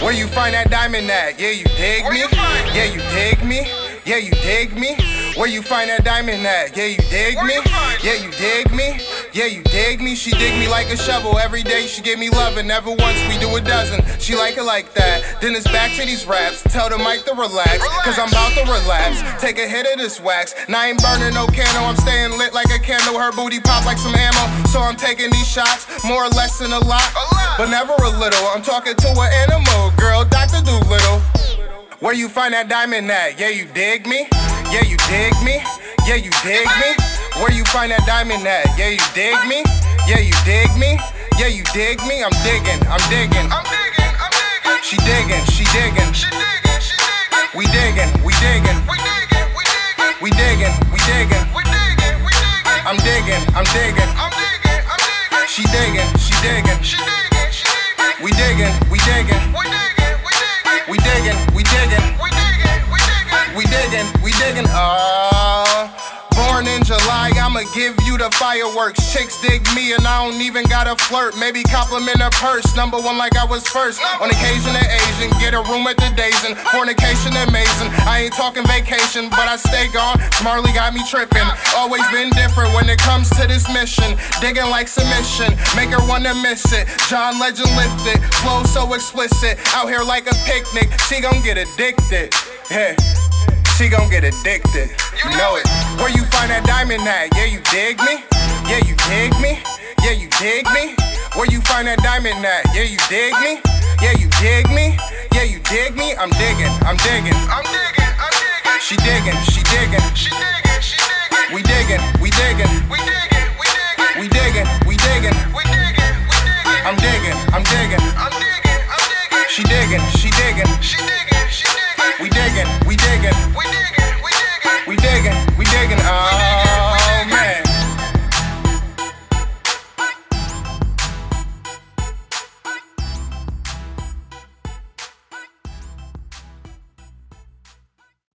Where you find that diamond at? Yeah, you dig Where me? you find it? Yeah, you dig me? Yeah, you dig me? Where you find that diamond at? Yeah, you dig Where me? you find it? Yeah, you dig me? Yeah, you dig me? She dig me like a shovel. Every day she give me lovin'. Never once we do a dozen. She like it like that. Then it's back to these raps. Tell the mic to relax. Cause I'm about to relapse. Take a hit of this wax. And I ain't burning no candle. I'm staying lit like a candle. Her booty pop like some ammo. So I'm taking these shots. More or less than a lot. But never a little. I'm talking to an animal. Girl, Dr. Doolittle. Where you find that diamond at? Yeah, you dig me? Yeah, you dig me? Yeah, you dig me? Where you find that diamond at? Yeah, you dig me? Yeah, you dig me? Yeah, you dig me? I'm digging, I'm digging. I'm digging, I'm digging. She digging, she digging. She digging, she digging. We digging, we digging. We digging, we digging. We digging, we digging. We digging, we digging. I'm digging, I'm digging. I'm digging, I'm digging. She digging, she digging. She digging, she digging. We digging, we digging. We digging, We we digging. digging, we digging. We digging, we digging. We diggin', we diggin', uh Born in July, I'ma give you the fireworks. Chicks dig me and I don't even gotta flirt. Maybe compliment a purse, number one like I was first. On occasion an Asian, get a room at the Dazen. Fornication amazing, I ain't talking vacation, but I stay gone. Smartly got me trippin'. Always been different when it comes to this mission. Digging like submission, make her wanna miss it. John Legend lifted, flow so explicit. Out here like a picnic, she gon' get addicted. Yeah. She gon' get addicted. You know it. Where you find that diamond at? Yeah, you dig me? Yeah, you dig me? Yeah, you dig me? Where you find that diamond at? Yeah, you dig me? Yeah, you dig me? Yeah, you dig me? I'm digging, I'm digging. I'm digging, I'm digging. She digging, she digging. She digging, she digging. We digging, we digging. We digging, We we digging. digging, we digging. We Oh,